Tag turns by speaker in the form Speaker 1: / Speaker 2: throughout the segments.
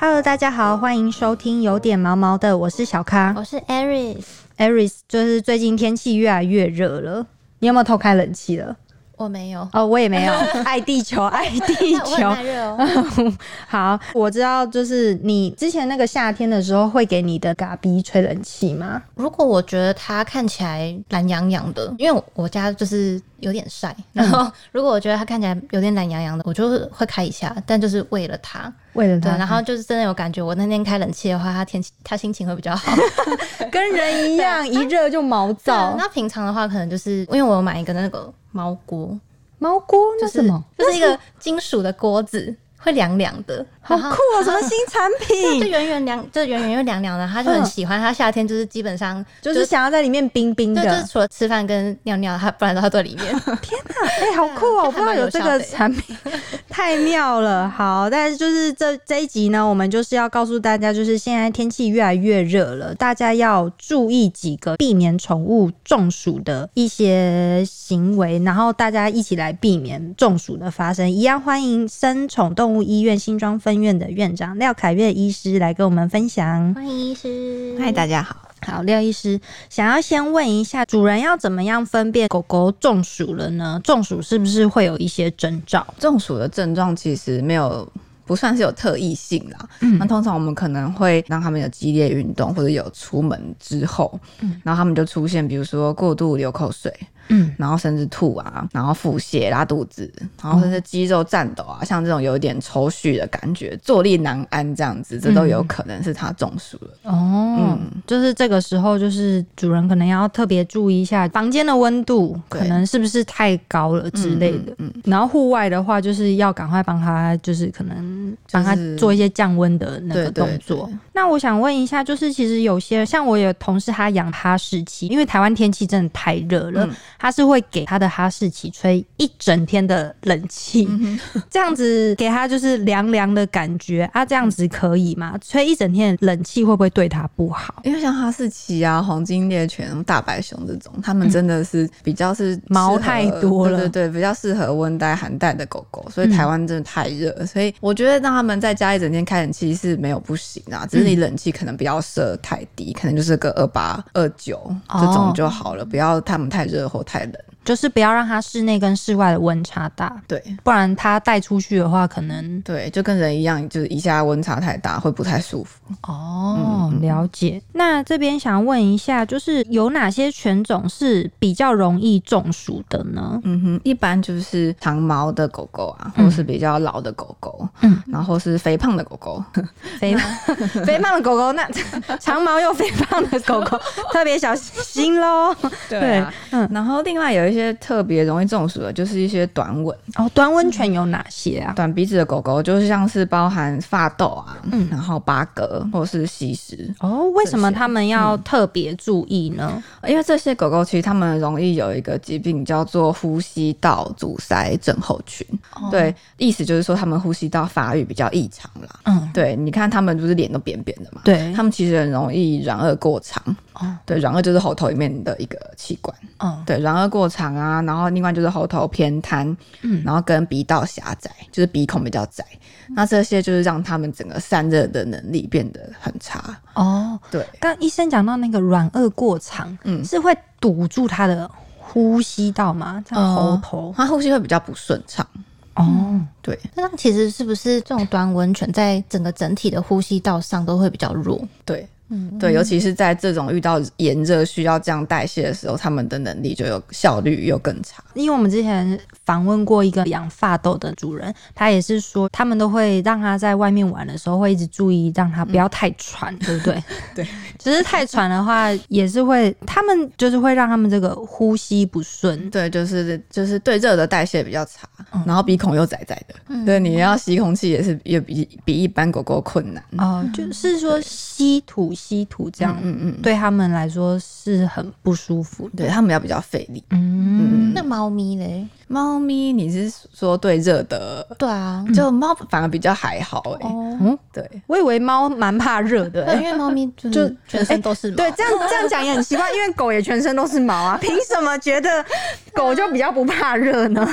Speaker 1: Hello，大家好，欢迎收听有点毛毛的，我是小咖
Speaker 2: 我是 Aris，
Speaker 1: Aris。就是最近天气越来越热了，你有没有偷开冷气了？
Speaker 2: 我没有，
Speaker 1: 哦，我也 没有，爱地球，爱地
Speaker 2: 我很
Speaker 1: 球。
Speaker 2: 耐热哦。
Speaker 1: 好，我知道，就是你之前那个夏天的时候会给你的嘎逼吹冷气吗？
Speaker 2: 如果我觉得它看起来懒洋洋的，因为我家就是有点晒，然后如果我觉得它看起来有点懒洋洋的，我就会开一下，但就是为了它。
Speaker 1: 为了
Speaker 2: 对，
Speaker 1: 它，
Speaker 2: 然后就是真的有感觉，我那天开冷气的话，它天气它心情会比较好。
Speaker 1: 跟人一样，一热就毛
Speaker 2: 对啊
Speaker 1: 躁。
Speaker 2: 那平常的话，可能就是因为我有买一个那个猫锅，
Speaker 1: 毛锅那
Speaker 2: 就是
Speaker 1: 什 么？
Speaker 2: 就是一个金属的锅子，会凉凉的，
Speaker 1: 好
Speaker 2: 然后
Speaker 1: 酷哦！什么新产
Speaker 2: 就
Speaker 1: 品？
Speaker 2: 圆圆凉，就圆圆又凉凉的，他就很
Speaker 1: 嗯
Speaker 2: 喜欢。他夏天就是基本上
Speaker 1: 就是想要在里面冰冰
Speaker 2: 对，就是
Speaker 1: 的。
Speaker 2: 除了吃饭跟尿尿，他不然都要在里面。
Speaker 1: 天哪， 哎，好酷哦！我
Speaker 2: 对啊
Speaker 1: 不知道有这个产品， 太妙了。好，但是就是这这一集呢，我们就是要告诉大家，就是现在天气越来越热了，大家要注意几个避免宠物中暑的一些行为，然后大家一起来避免中暑的发生。一样欢迎生宠动物医院新庄分院的院长廖凯月医师来跟我们分享。
Speaker 2: 欢迎医师，
Speaker 3: 嗨，大家好。
Speaker 1: 嗯好，廖医师，想要先问一下，主人要怎么样分辨狗狗中暑了呢？中暑是不是会有一些征兆？
Speaker 3: 中暑的症状其实没有。不算是有特异性啦，
Speaker 2: 嗯
Speaker 3: 那通常我们可能会让他们有激烈运动或者有出门之后，
Speaker 2: 嗯
Speaker 3: 然后他们就出现比如说过度流口水，
Speaker 1: 嗯，
Speaker 3: 然后甚至吐啊，然后腹泻、拉肚子，然后甚
Speaker 2: 哦
Speaker 3: 至肌肉颤抖啊，像这种有一点抽搐的感觉，坐立难安这样子，这
Speaker 2: 嗯
Speaker 3: 都有可能是他中暑了。
Speaker 1: 哦，
Speaker 3: 嗯
Speaker 1: 就是这个时候，就是主人可能要特别注意一下房间的温度，
Speaker 3: 对
Speaker 1: 可能是不是太高了之类的。
Speaker 3: 嗯，嗯
Speaker 1: 然后户外的话，就是要赶快帮他，就是可能帮他
Speaker 3: 就是
Speaker 1: 做一些降温的那个
Speaker 3: 对对
Speaker 1: 动作。那我想问一下，就是其实有些像我有同事他养哈士奇，因为台湾天气真的太热了，
Speaker 3: 嗯
Speaker 1: 他是会给他的哈士奇吹一整天的冷气，这样子给他就是凉凉的感觉啊，这样子可以吗？吹一整天的冷气会不会对他不好？
Speaker 3: 因为像哈士奇啊、黄金猎犬、大白熊这种，它们真的是比较是适合
Speaker 1: 嗯毛太多了嗯
Speaker 3: 对对对，比较适合温带、寒带的狗狗。所以台湾真的太热，所以我觉得让他们在家一整天开冷气是没有不行啊，只是
Speaker 1: 嗯
Speaker 3: 你冷气可能不要设太低，可能就是个二八、二九这
Speaker 1: 哦
Speaker 3: 种就好了，不要他们太热或太冷。
Speaker 1: 就是不要让他室内跟室外的温差大，
Speaker 3: 对
Speaker 1: 不然他带出去的话，可能
Speaker 3: 对，就跟人一样，就是一下温差太大会不太舒服。
Speaker 1: 哦，了解。那这边想问一下，就是有哪些犬种是比较容易中暑的呢？
Speaker 3: 嗯哼，一般就是长毛的狗狗啊，或是比较老的狗狗，
Speaker 1: 嗯，
Speaker 3: 然后是肥胖的狗狗，
Speaker 1: 肥胖肥胖的狗狗，那 长毛又肥胖的狗 狗特别小心喽。
Speaker 3: 对啊，
Speaker 1: 嗯
Speaker 3: 然后另外有一些特别容易中暑的，就是一些短吻、
Speaker 1: 哦，短吻犬有哪些啊？
Speaker 3: 短鼻子的狗狗，就是像是包含发豆啊，
Speaker 1: 嗯
Speaker 3: 然后八哥或是吸食，
Speaker 1: 哦，为什么他们要特别注意呢？
Speaker 3: 因为这些狗狗其实它们容易有一个疾病叫做呼吸道阻塞症候群，
Speaker 1: 哦
Speaker 3: 对，意思就是说它们呼吸道发育比较异常啦。
Speaker 1: 嗯，
Speaker 3: 对，你看它们不是脸都扁扁的嘛，
Speaker 1: 对
Speaker 3: 它，们其实很容易软腭过长。
Speaker 1: 哦
Speaker 3: 对，软腭就是喉头里面的一个器官。
Speaker 1: 嗯，
Speaker 3: 对，软腭过长啊，然后另外就是喉头偏瘫，
Speaker 1: 嗯
Speaker 3: 然后跟鼻道狭窄，就是鼻孔比较窄，那这些就是让他们整个散热的能力变得很差。
Speaker 1: 哦，
Speaker 3: 对，
Speaker 1: 刚医生讲到那个软腭过长，
Speaker 3: 嗯
Speaker 1: 是会堵住它的呼吸道吗？这样喉头？
Speaker 3: 哦他呼吸会比较不顺畅。
Speaker 1: 哦，
Speaker 3: 对，
Speaker 2: 那其实是不是这种短吻犬在整个整体的呼吸道上都会比较弱？
Speaker 3: 对，嗯，对，尤其是在这种遇到炎热需要这样代谢的时候，他们的能力就有效率又更差。
Speaker 1: 因为我们之前访问过一个养发豆的主人，他也是说，他们都会让他在外面玩的时候，会一直注意让他不要太喘，对不对？
Speaker 3: 嗯 对，
Speaker 1: 只是太喘的话，也是会，他们就是会让他们这个呼吸不顺。
Speaker 3: 对，就是就是对热的代谢比较差，然后鼻孔又窄窄的，对，你要吸空气也是也比比一般狗狗困难。
Speaker 1: 哦、就是说吸吐吸吐这样，
Speaker 3: 嗯嗯，
Speaker 1: 对他们来说是很不舒服的。
Speaker 3: 对他们要比较费力。
Speaker 1: 嗯，
Speaker 2: 那猫咪嘞？
Speaker 3: 猫咪，你是说对热的？
Speaker 2: 对啊，
Speaker 3: 就猫反而比较还好哎、
Speaker 2: 哦，
Speaker 3: 对，
Speaker 1: 我以为猫蛮怕热 的、
Speaker 2: 对，因
Speaker 1: 欸。
Speaker 2: 为猫咪就哎
Speaker 1: 就是
Speaker 2: 全身都是毛，
Speaker 1: 对，这样这样讲也很奇怪，因为狗也全身都是毛啊，凭什么觉得狗就比较不怕热呢？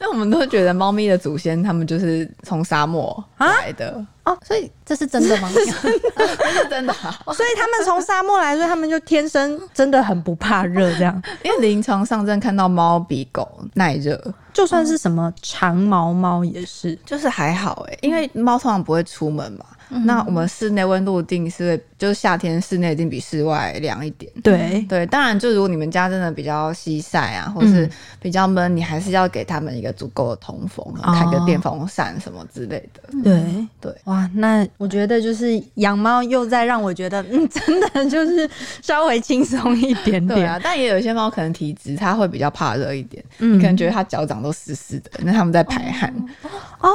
Speaker 3: 那我们都觉得猫咪的祖先他们就是从沙漠来的，
Speaker 2: 哦，所以这 是真的吗？
Speaker 3: 是 真的啊、
Speaker 1: 所以他们从沙漠来，所以他们就天生真的很不怕热。这 样，
Speaker 3: 因为临床上真的看到猫比狗耐热，
Speaker 1: 就算是什么长毛猫也是。
Speaker 3: 就是还好哎、因为猫通常不会出门嘛。那我们室内温度一定是会，就是夏天室内一定比室外凉一点。
Speaker 1: 对，
Speaker 3: 对，当然，就如果你们家真的比较西晒啊，或是
Speaker 1: 嗯
Speaker 3: 比较闷，你还是要给他们一个足够的通风，啊
Speaker 1: 哦
Speaker 3: 开个电风扇什么之类的。
Speaker 1: 对
Speaker 3: 对，
Speaker 1: 嗯哇，那我觉得就是养猫又在让我觉得，嗯，真的就是稍微轻松一点
Speaker 3: 对
Speaker 1: 点。
Speaker 3: 啊，但也有一些猫可能体质它会比较怕热一点，
Speaker 1: 嗯
Speaker 3: 你可能觉得它脚掌都湿湿的，那它们在排汗，
Speaker 1: 哦，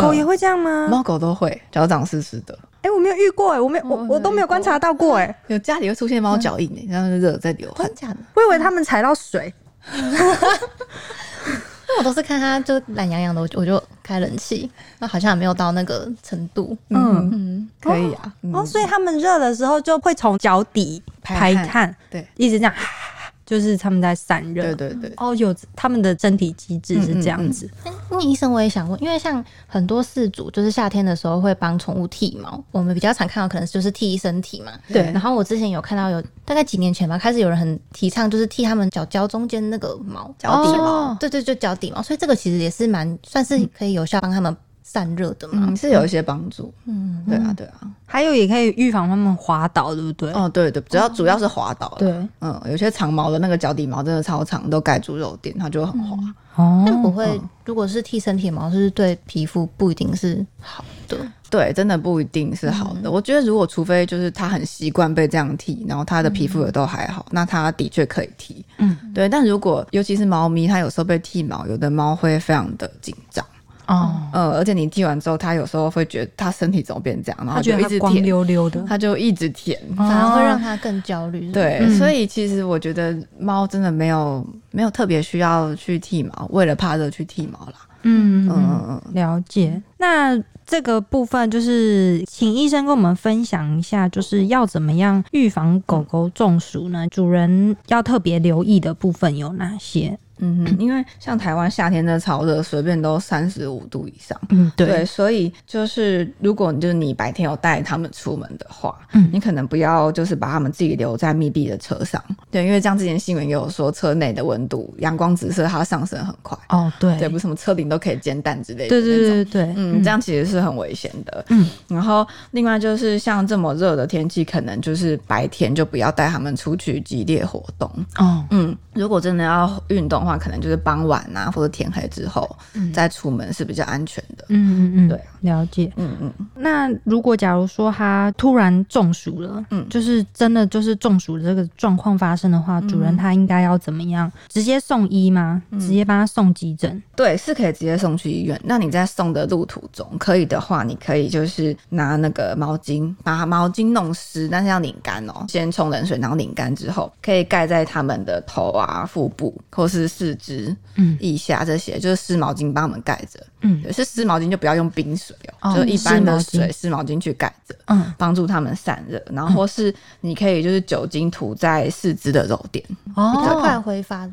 Speaker 1: 狗也会这样吗？
Speaker 3: 猫、狗都会脚掌湿湿的。
Speaker 1: 哎、我没有遇过哎、我没有我我都没有观察到过哎、
Speaker 3: 有家里会出现猫脚印诶、然后热在流汗
Speaker 2: 真。假的？
Speaker 1: 我以为他们踩到水。
Speaker 2: 因为我都是看它就懒洋洋的，我就我就开冷气，那好像还没有到那个程度。
Speaker 1: 嗯，
Speaker 2: 嗯，
Speaker 3: 可以啊，嗯
Speaker 1: 哦，所以他们热的时候就会从脚底排
Speaker 3: 排
Speaker 1: 汗，
Speaker 3: 汗对
Speaker 1: 一直这样， 就是他们在散热。
Speaker 3: 对对对，
Speaker 1: 哦，有他们的身体机
Speaker 3: 嗯
Speaker 1: 制是这样子，
Speaker 2: 哎那医生我也想问，因为像很多饲主就是夏天的时候会帮宠物剃毛，我们比较常看到可能就是剃身体嘛。
Speaker 1: 对
Speaker 2: 然后我之前有看到有大概几年前吧，开始有人很提倡就是剃他们脚脚中间那个毛，
Speaker 3: 脚底
Speaker 2: 哦，对对，就脚底毛，所以这个其实也是蛮算是可以有效帮他们散热的嘛。
Speaker 3: 嗯，是有一些帮助。
Speaker 2: 嗯，
Speaker 3: 对啊，对啊，
Speaker 1: 还有也可以预防他们滑倒，对不对？
Speaker 3: 哦，对对，主要主要是滑倒了。
Speaker 1: 对，
Speaker 3: 嗯，有些长毛的那个脚底毛真的超长，都盖住肉垫，它就会很滑。
Speaker 1: 哦
Speaker 2: 但不
Speaker 3: 嗯
Speaker 2: 会，如果是剃身体毛，是不是对皮肤不一定是好的。
Speaker 3: 对，真的不一定是好
Speaker 1: 嗯
Speaker 3: 的。我觉得如果除非就是它很习惯被这样剃，然后它的皮肤也都还好，那它的确可以剃。
Speaker 1: 嗯，
Speaker 3: 对。但如果尤其是猫咪，它有时候被剃毛，有的猫会非常的紧张。
Speaker 1: 哦，
Speaker 3: 呃，而且你剃完之后，它有时候会觉得它身体怎么变这样，然后
Speaker 1: 他觉
Speaker 3: 就
Speaker 1: 得
Speaker 3: 一
Speaker 1: 它
Speaker 3: 直
Speaker 1: 光
Speaker 3: 舔，嗯
Speaker 1: 溜溜的，
Speaker 3: 它就一直舔。
Speaker 2: 反而会让它更焦虑。
Speaker 3: 哦对，
Speaker 1: 嗯
Speaker 3: 所以其实我觉得猫真的没有没有特别需要去剃毛，为了怕热去剃毛啦。
Speaker 1: 嗯
Speaker 3: 嗯嗯嗯。
Speaker 1: 了解。那这个部分就是请医生跟我们分享一下，就是要怎么样预防狗狗中暑呢？主人要特别留意的部分有哪些？
Speaker 3: 嗯哼，因为像台湾夏天真的超热，随便都三十五度以上。
Speaker 1: 嗯，
Speaker 3: 所以就是如果你就是你白天有带他们出门的话，
Speaker 1: 嗯
Speaker 3: 你可能不要就是把他们自己留在密闭的车上，对，因为像之前新闻也有说，车内的温度阳光直射它上升很快，
Speaker 1: 哦，对，
Speaker 3: 对，不是什么车顶都可以煎蛋之类的
Speaker 1: 对
Speaker 3: 那种。
Speaker 1: 对对对对，
Speaker 3: 嗯，这样其实是很危险的。
Speaker 1: 嗯，
Speaker 3: 然后另外就是像这么热的天气，可能就是白天就不要带他们出去激烈活动。
Speaker 1: 哦，
Speaker 3: 嗯，如果真的要运动的话，可能就是傍晚啊，或者天黑之后、再出门是比较安全的。
Speaker 1: 嗯嗯嗯，
Speaker 3: 对啊
Speaker 1: 了解。
Speaker 3: 嗯嗯，
Speaker 1: 那如果假如说它突然中暑了，
Speaker 3: 嗯
Speaker 1: 就是真的就是中暑这个状况发生的话，主人他应该要怎么样？直接送医吗？直接帮他送急诊？
Speaker 3: 对，是可以直接送去医院。那你在送的路途中，可以的话，你可以就是拿那个毛巾，把毛巾弄湿，但是要拧干哦。先冲冷水，然后拧干之后，可以盖在他们的头啊、腹部或是四肢、
Speaker 1: 嗯
Speaker 3: 腋下这些，就是湿毛巾帮他们盖着。
Speaker 1: 嗯
Speaker 3: 对，是湿毛巾就不要用冰水哦，
Speaker 1: 哦
Speaker 3: 就一般的
Speaker 1: 湿毛
Speaker 3: 水
Speaker 1: 巾
Speaker 3: 湿毛巾去盖着。
Speaker 1: 嗯，
Speaker 3: 帮助他们散热，然后或是你可以就是酒精涂在四肢的肉垫，
Speaker 2: 比较快
Speaker 1: 哦
Speaker 2: 挥发。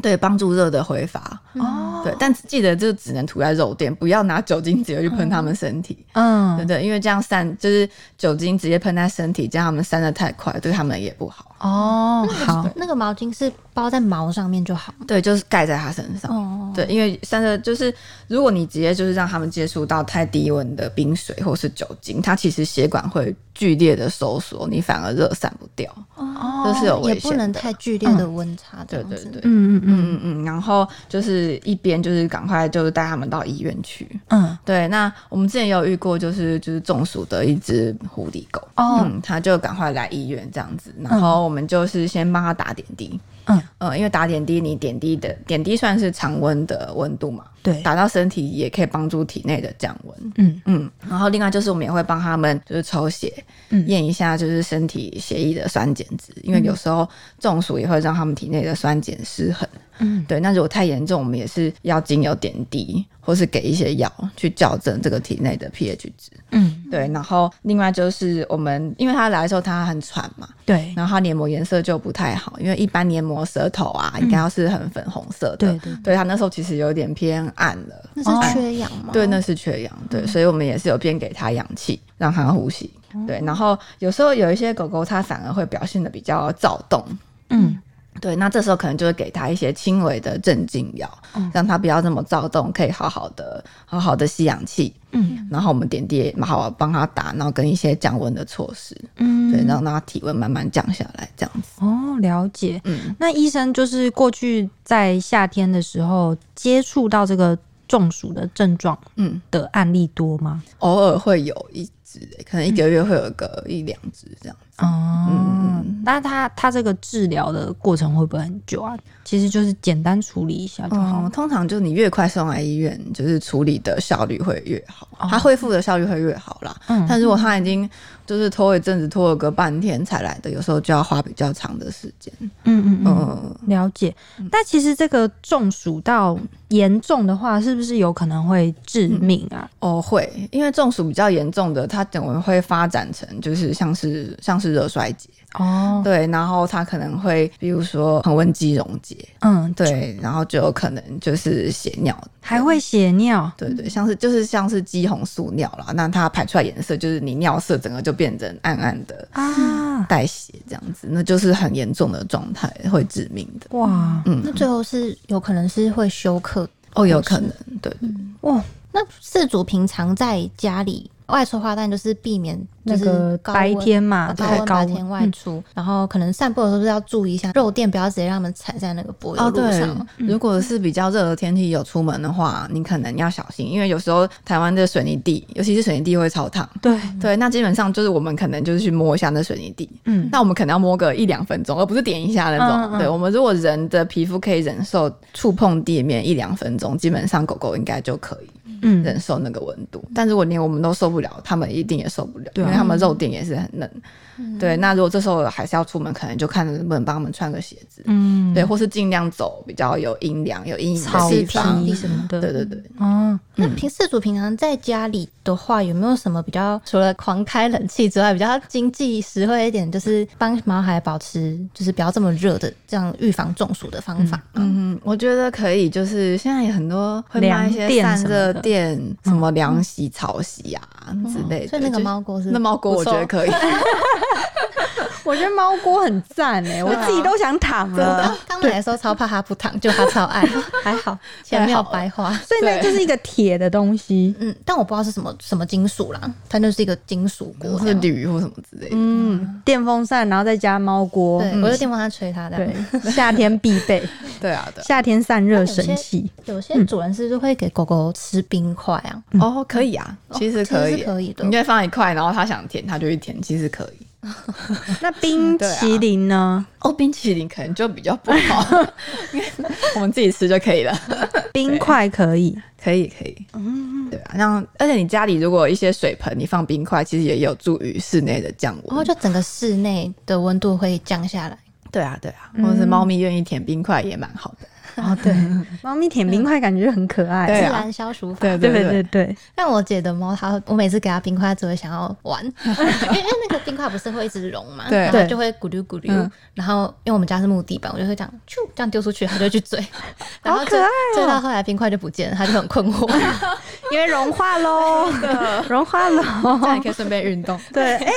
Speaker 3: 对，帮助热的挥发。
Speaker 1: 哦，
Speaker 3: 对，但记得就只能涂在肉垫，不要拿酒精直接去喷他们身体。对
Speaker 1: 嗯，
Speaker 3: 对，因为这样散就是酒精直接喷在身体，这样他们散的太快，对他们也不好。
Speaker 1: 哦，好，
Speaker 2: 那个毛巾是包在毛上面就好。
Speaker 3: 对，就是盖在他身上。
Speaker 2: 哦，
Speaker 3: 对，因为散热就是，如果你直接就是让他们接触到太低温的冰水或是酒精，它其实血管会剧烈的收缩，你反而热散不掉。
Speaker 1: 嗯
Speaker 2: 哦
Speaker 3: 这是有危
Speaker 2: 也
Speaker 3: 险
Speaker 2: 不能
Speaker 3: 的
Speaker 2: 太剧烈的温差。这
Speaker 3: 对
Speaker 2: 样
Speaker 3: 对
Speaker 2: 子
Speaker 3: 对，
Speaker 1: 嗯嗯嗯
Speaker 3: 嗯嗯，嗯，然后就是一边就是赶快就是带他们到医院去。
Speaker 1: 嗯，
Speaker 3: 对，那我们之前也有遇过，就是就是中暑的一只狐狸狗，
Speaker 1: 哦
Speaker 3: 嗯，它就赶快来医院这样子，然后我们就是先帮它打点滴，
Speaker 1: 嗯
Speaker 3: 呃，因为打点滴，你点滴的点滴算是常温的温度嘛，
Speaker 1: 对，
Speaker 3: 打到身体也可以帮助体内的降温，
Speaker 1: 嗯
Speaker 3: 嗯，然后另外就是我们也会帮他们就是抽血，
Speaker 1: 嗯
Speaker 3: 验一下就是身体血液的酸碱值，因为有时候中暑也会让他们体内的酸碱失衡，
Speaker 1: 嗯，
Speaker 3: 对，那如果太严重，我们也是要精油点滴，或是给一些药去矫正这个体内的 pH 值。
Speaker 1: 嗯，
Speaker 3: 对，然后另外就是我们，因为它来的时候它很喘嘛，
Speaker 1: 对，
Speaker 3: 然后它黏膜颜色就不太好，因为一般黏膜舌头啊，应该要是很粉红色的。
Speaker 1: 嗯对
Speaker 3: 对它那时候其实有点偏暗了，
Speaker 2: 那是缺氧吗？
Speaker 3: 哦对，那是缺氧，对，所以我们也是有边给它氧气，让它呼吸。对，然后有时候有一些狗狗它反而会表现的比较躁动，
Speaker 1: 嗯，
Speaker 3: 对，那这时候可能就会给它一些轻微的镇静药，让它不要这么躁动，可以好好的好好的吸氧气。
Speaker 1: 嗯，
Speaker 3: 然后我们点滴也好好帮它打，然后跟一些降温的措施，
Speaker 1: 嗯，
Speaker 3: 对，让它体温慢慢降下来，这样子。
Speaker 1: 哦，了解。
Speaker 3: 嗯，
Speaker 1: 那医生就是过去在夏天的时候接触到这个中暑的症状
Speaker 3: 嗯，
Speaker 1: 的案例多吗？
Speaker 3: 偶尔会有一只、可能一个月会有个一两只这样。
Speaker 1: 嗯哦，那他他这个治疗的过程会不会很久啊？其实就是简单处理一下就好。
Speaker 3: 嗯，通常就你越快送来医院，就是处理的效率会越好，它恢复的效率会越好啦。
Speaker 1: 哦嗯
Speaker 3: 但如果它已经就是拖一阵子，拖了个半天才来的，有时候就要花比较长的时间。
Speaker 1: 嗯嗯嗯，
Speaker 3: 嗯，
Speaker 1: 了解。但其实这个中暑到严重的话，是不是有可能会致命啊？
Speaker 3: 哦，会，因为中暑比较严重的，它等会会发展成就是像是像是热衰竭，
Speaker 1: 哦，
Speaker 3: 对，然后它可能会比如说恒温肌溶解，
Speaker 1: 嗯，
Speaker 3: 对，然后就有可能就是血尿。
Speaker 1: 还会血尿。
Speaker 3: 对对，像是就是像是肌红素尿啦，那它排出来颜色就是你尿色整个就变成暗暗的，
Speaker 1: 啊，
Speaker 3: 带血这样子，那就是很严重的状态，会致命的。
Speaker 1: 哇，
Speaker 2: 那最后是有可能是会休克。
Speaker 3: 哦，有可能，对对
Speaker 1: 哇，
Speaker 2: 那饲主平常在家里外出的话，但就是避免就
Speaker 1: 那
Speaker 2: 是
Speaker 1: 个
Speaker 2: 高
Speaker 1: 白
Speaker 2: 温啊
Speaker 1: 天嘛，
Speaker 2: 高
Speaker 1: 太
Speaker 2: 温
Speaker 1: 高
Speaker 2: 白
Speaker 1: 温
Speaker 2: 天外
Speaker 1: 嗯
Speaker 2: 出，然后可能散步的时候要注意一下肉垫，不要直接让它们踩在那个
Speaker 1: 哦
Speaker 2: 柏油路上。
Speaker 1: 嗯
Speaker 3: 如果是比较热的天气有出门的话，你可能要小心，因为有时候台湾的水泥地，尤其是水泥地会超烫。
Speaker 1: 嗯对，
Speaker 3: 对，那基本上就是我们可能就是去摸一下那水泥地，
Speaker 1: 嗯
Speaker 3: 那我们可能要摸个一两分钟，而不是点一下那
Speaker 1: 嗯
Speaker 3: 种。
Speaker 1: 嗯
Speaker 3: 对，我们如果人的皮肤可以忍受触碰地面一两分钟，基本上狗狗应该就可以。
Speaker 1: 嗯，
Speaker 3: 忍受那个温度。但如果连我们都受不了，他们一定也受不了，
Speaker 1: 对啊
Speaker 3: 因为他们肉垫也是很嫩。对，那如果这时候还是要出门，可能就看能不能帮他们穿个鞋子，
Speaker 1: 嗯，
Speaker 3: 对，或是尽量走比较有阴凉、有阴影的
Speaker 1: 草
Speaker 3: 地
Speaker 2: 地
Speaker 3: 方。
Speaker 1: 皮什么的，
Speaker 3: 对对对，
Speaker 1: 哦，
Speaker 2: 那平饲主平常在家里的话，有没有什么比较除了狂开冷气之外，比较经济实惠一点，就是帮毛孩保持就是不要这么热的这样预防中暑的方法？
Speaker 3: 嗯，我觉得可以，就是现在有很多会卖一
Speaker 1: 凉
Speaker 3: 些
Speaker 1: 垫
Speaker 3: 散
Speaker 1: 什么的
Speaker 3: 热垫，什么凉席、草席啊之类的。
Speaker 2: 所以那个
Speaker 3: 就
Speaker 2: 猫锅是
Speaker 3: 那猫锅
Speaker 2: 不
Speaker 3: 我觉
Speaker 2: 错
Speaker 3: 得可以。
Speaker 1: 我觉得猫锅很赞哎，我自己都想躺了。
Speaker 2: 刚来的时候超怕它不躺，就它超爱，还好钱没有白花。
Speaker 1: 所以那
Speaker 3: 对
Speaker 1: 就是一个铁的东西，
Speaker 2: 嗯，但我不知道是什么什么金属啦，它就是一个金属锅
Speaker 3: 或
Speaker 2: 这
Speaker 3: 是
Speaker 2: 样。
Speaker 3: 铝或什么之类的，
Speaker 1: 嗯，电风扇，然后再加猫锅，
Speaker 2: 对，我就电帮它吹它的。
Speaker 1: 嗯对，夏天必备，
Speaker 3: 对啊，对啊
Speaker 1: 夏天散热神器，
Speaker 2: 有些主人是就会给狗狗吃冰块啊，
Speaker 3: 哦，可以啊，其实可
Speaker 2: 其
Speaker 3: 以
Speaker 2: 实是，可以的
Speaker 3: 你可以放一块，然后它想舔，它就去舔，其实可以。
Speaker 1: 那冰淇淋呢？
Speaker 3: 哦，冰淇淋可能就比较不 好，因为我们自己吃就可以了。
Speaker 1: 冰块可以，
Speaker 3: 可以，可以，嗯，对啊。让而且你家里如果有一些水盆，你放冰块，其实也有助于室内的降
Speaker 2: 然
Speaker 3: 温。
Speaker 2: 后就整个室内的温度会降下来。
Speaker 3: 哦对啊，对啊，或者是猫咪愿意舔冰块也蛮好的。
Speaker 1: 哦对，猫咪舔冰块感觉很可
Speaker 3: 对
Speaker 1: 爱，
Speaker 2: 自
Speaker 3: 啊
Speaker 2: 然消暑法。
Speaker 3: 对
Speaker 1: 对
Speaker 3: 对哦
Speaker 1: 对对，
Speaker 2: 但我姐的猫，它我每次给它冰块，它只会想要 玩，因为因为那个冰块不是会一直融嘛，
Speaker 3: 对
Speaker 2: 然后就会咕噜咕噜
Speaker 3: 嗯。
Speaker 2: 然后因为我们家是木地板，我就会这样咻这样丢出去，它就会去 追，然后
Speaker 1: 好可
Speaker 2: 追
Speaker 1: 爱哦
Speaker 2: 追到后来冰块就不见了，它就很困 惑。
Speaker 1: 因为融化喽， 融化喽
Speaker 3: 这。样也可以顺便运动。
Speaker 1: 对，哎、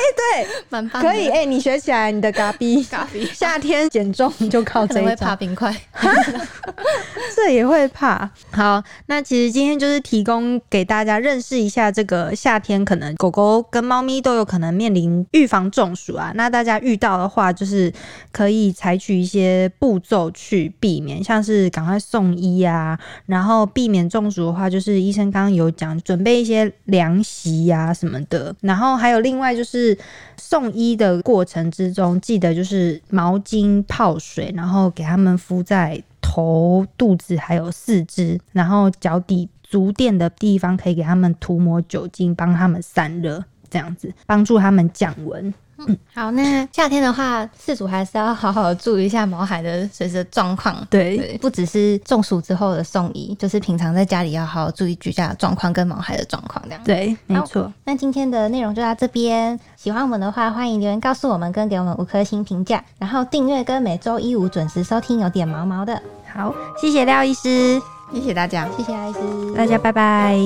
Speaker 2: 蛮
Speaker 1: 对，
Speaker 2: 棒的，
Speaker 1: 可以，哎、你学起来，你的嘎逼，
Speaker 3: 咖啡
Speaker 1: 夏天减重就靠
Speaker 2: 可
Speaker 1: 哦这
Speaker 2: 能会
Speaker 1: 一
Speaker 2: 怕
Speaker 1: 招，
Speaker 2: 冰块。
Speaker 1: 这也会怕。好，那其实今天就是提供给大家认识一下这个夏天，可能狗狗跟猫咪都有可能面临预防中暑啊。那大家遇到的话，就是可以采取一些步骤去避免，像是赶快送医啊，然后避免中暑的话，就是医生刚刚有讲，准备一些凉席呀、什么的。然后还有另外就是送医的过程之中，记得就是毛巾泡水，然后给他们敷在头、肚子还有四肢，然后脚底足垫的地方可以给他们涂抹酒精，帮他们散热。这样子帮助他们降温，
Speaker 2: 好，那夏天的话，饲主还是要好好注意一下毛孩的随时的状况。
Speaker 1: 对，
Speaker 2: 对，不只是中暑之后的送医，就是平常在家里要好好注意居家的状况跟毛孩的状况这样。
Speaker 1: 对，没错。
Speaker 2: 那今天的内容就到这边，喜欢我们的话，欢迎留言告诉我们，跟给我们五颗星评价，然后订阅跟每周一五准时收听，有点毛毛的，
Speaker 1: 好，谢谢廖医师，
Speaker 3: 谢谢大家。
Speaker 2: 谢谢艾斯，
Speaker 1: 大家拜拜。